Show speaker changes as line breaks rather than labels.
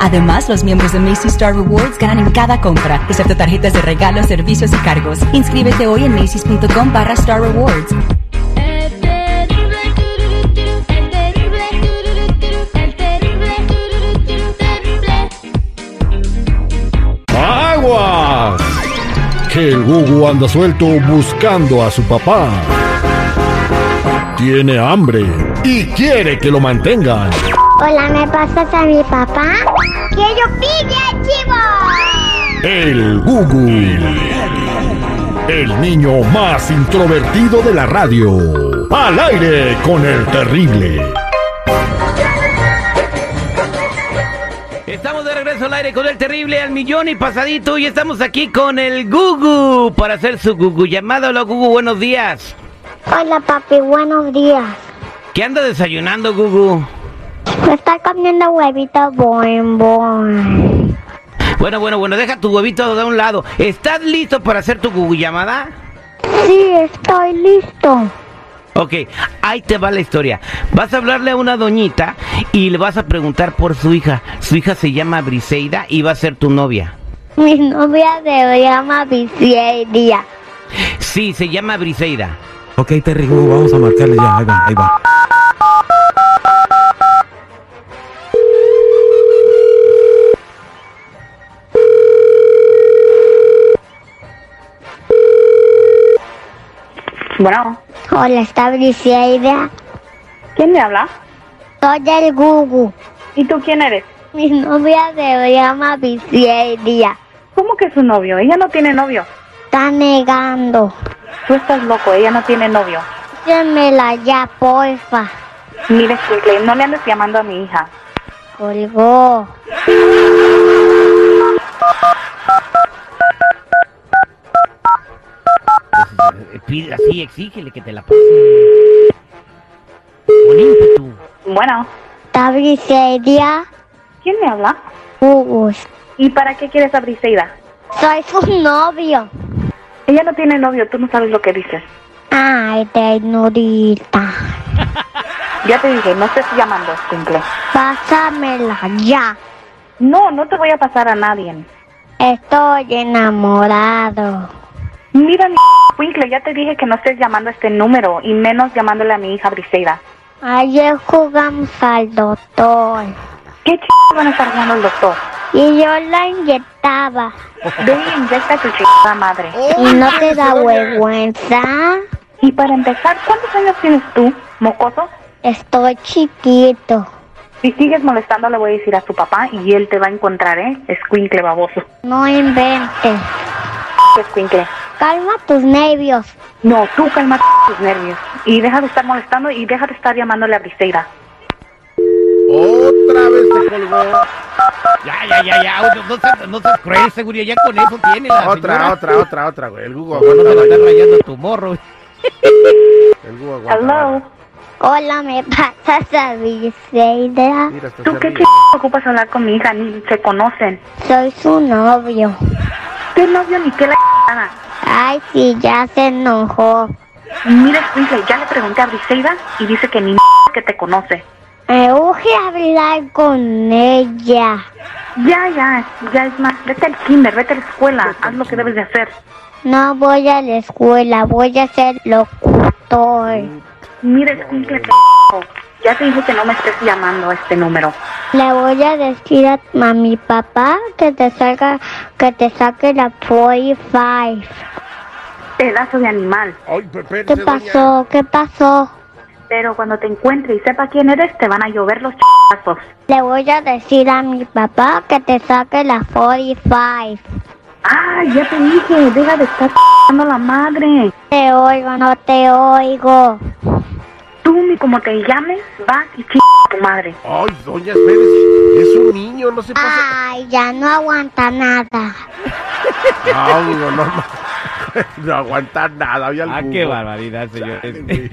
Además, los miembros de Macy's Star Rewards ganan en cada compra, excepto tarjetas de regalo, servicios y cargos. Inscríbete hoy en macy's.com barra Star Rewards.
¡Aguas! Que el Gugu anda suelto buscando a su papá. Tiene hambre y quiere que lo mantengan.
Hola, ¿me pasas a mi papá? ¡Que yo pille, chivo!
El Gugu. El niño más introvertido de la radio. Al aire con el terrible.
Estamos de regreso al aire con el terrible al millón y pasadito y estamos aquí con el Gugu para hacer su Gugu llamado. Hola Gugu, buenos días.
Hola, papi, buenos días.
¿Qué anda desayunando Gugu?
Me está comiendo huevito boing boing.
Bueno, bueno, bueno, deja tu huevito de un lado. ¿Estás listo para hacer tu Gugu llamada?
Sí, estoy listo.
Ok, ahí te va la historia. Vas a hablarle a una doñita y le vas a preguntar por su hija. Su hija se llama Briseida y va a ser tu novia.
Mi novia se llama Vicieria.
Sí, se llama Briseida.
Ok, Terry, Gugu, vamos a marcarle ya. Ahí va, ahí va.
Bueno,
Hola, está Vicieria.
¿quién me habla?
Soy el Gugu.
¿Y tú quién eres?
Mi novia se llama Vicieria.
¿Cómo que su novio? Ella no tiene novio.
Está negando.
Tú estás loco, ella no tiene novio.
la ya, porfa.
Mire, Shirley, no le andes llamando a mi hija.
Colgó.
Eh, Pide así, exígele que te la pase. Con ímpetu.
Bueno,
Está Briseida.
¿quién me habla?
Gugus.
¿Y para qué quieres a Briseida?
Soy su novio.
Ella no tiene novio, tú no sabes lo que dices.
Ay, ternurita.
Ya te dije, no estés llamando, simple.
Pásamela ya.
No, no te voy a pasar a nadie.
Estoy enamorado.
Mira, mi Winkle, ya te dije que no estés llamando a este número y menos llamándole a mi hija Briseida.
Ayer jugamos al doctor
¿Qué ch... van a estar jugando el doctor?
y yo la inyectaba.
Ve y inyecta a tu chingada madre.
¿Y no te da vergüenza?
Y para empezar, ¿cuántos años tienes tú, mocoso?
Estoy chiquito.
Si sigues molestando, le voy a decir a tu papá y él te va a encontrar, ¿eh? Escuincle baboso.
No inventes.
Escuincle.
Calma tus nervios.
No, tú calma tus nervios. Y deja de estar molestando y deja de estar llamándole a Briseida.
Otra vez te colgó.
Ya, ya, ya, ya. No, no seas, no seas cruel, seguridad. Ya con eso tiene la
Otra,
señora.
otra, otra, otra, güey. El Google
No te la
aguanta.
estás
vaya.
rayando tu morro.
El Google aguanta.
Hello.
vaya.
Hola, ¿me pasas a Briseida?
Mira, hasta
¿Tú
se
qué
ríe.
ch... ocupas hablar con mi hija? Ni se conocen.
Soy su novio.
¿Qué novio ni qué la nada?
Ay, sí, ya se enojó.
Mira, Escuincle, ya le pregunté a Briseida y dice que ni que te conoce.
Me urge hablar con ella.
Ya, ya, ya es más. Vete al kinder, vete a la escuela. Haz lo que debes de hacer.
No voy a la escuela, voy a ser locutor.
Mira, Escuincle, p... Ya te dije que no me estés llamando a este número.
Le voy a decir a, a mi papá que te salga, que te saque la 45.
Pedazo de animal.
Ay, Pepe,
¿Qué
se doña.
pasó? ¿Qué pasó?
Pero cuando te encuentre y sepa quién eres, te van a llover los chazos.
Le voy a decir a mi papá que te saque la 45.
Ah, ya te dije, deja de estar dando la madre.
Te oigo, no te oigo.
Tú, ni como te llames, vas y ch a tu madre.
Ay, doña, espérese. Es un niño, no se pasa.
Ay, ya no aguanta nada. Ah.
No, Google, no. ma- No aguanta nada, oye, el
Ah,
Google.
qué barbaridad, señor.
Chale, güey.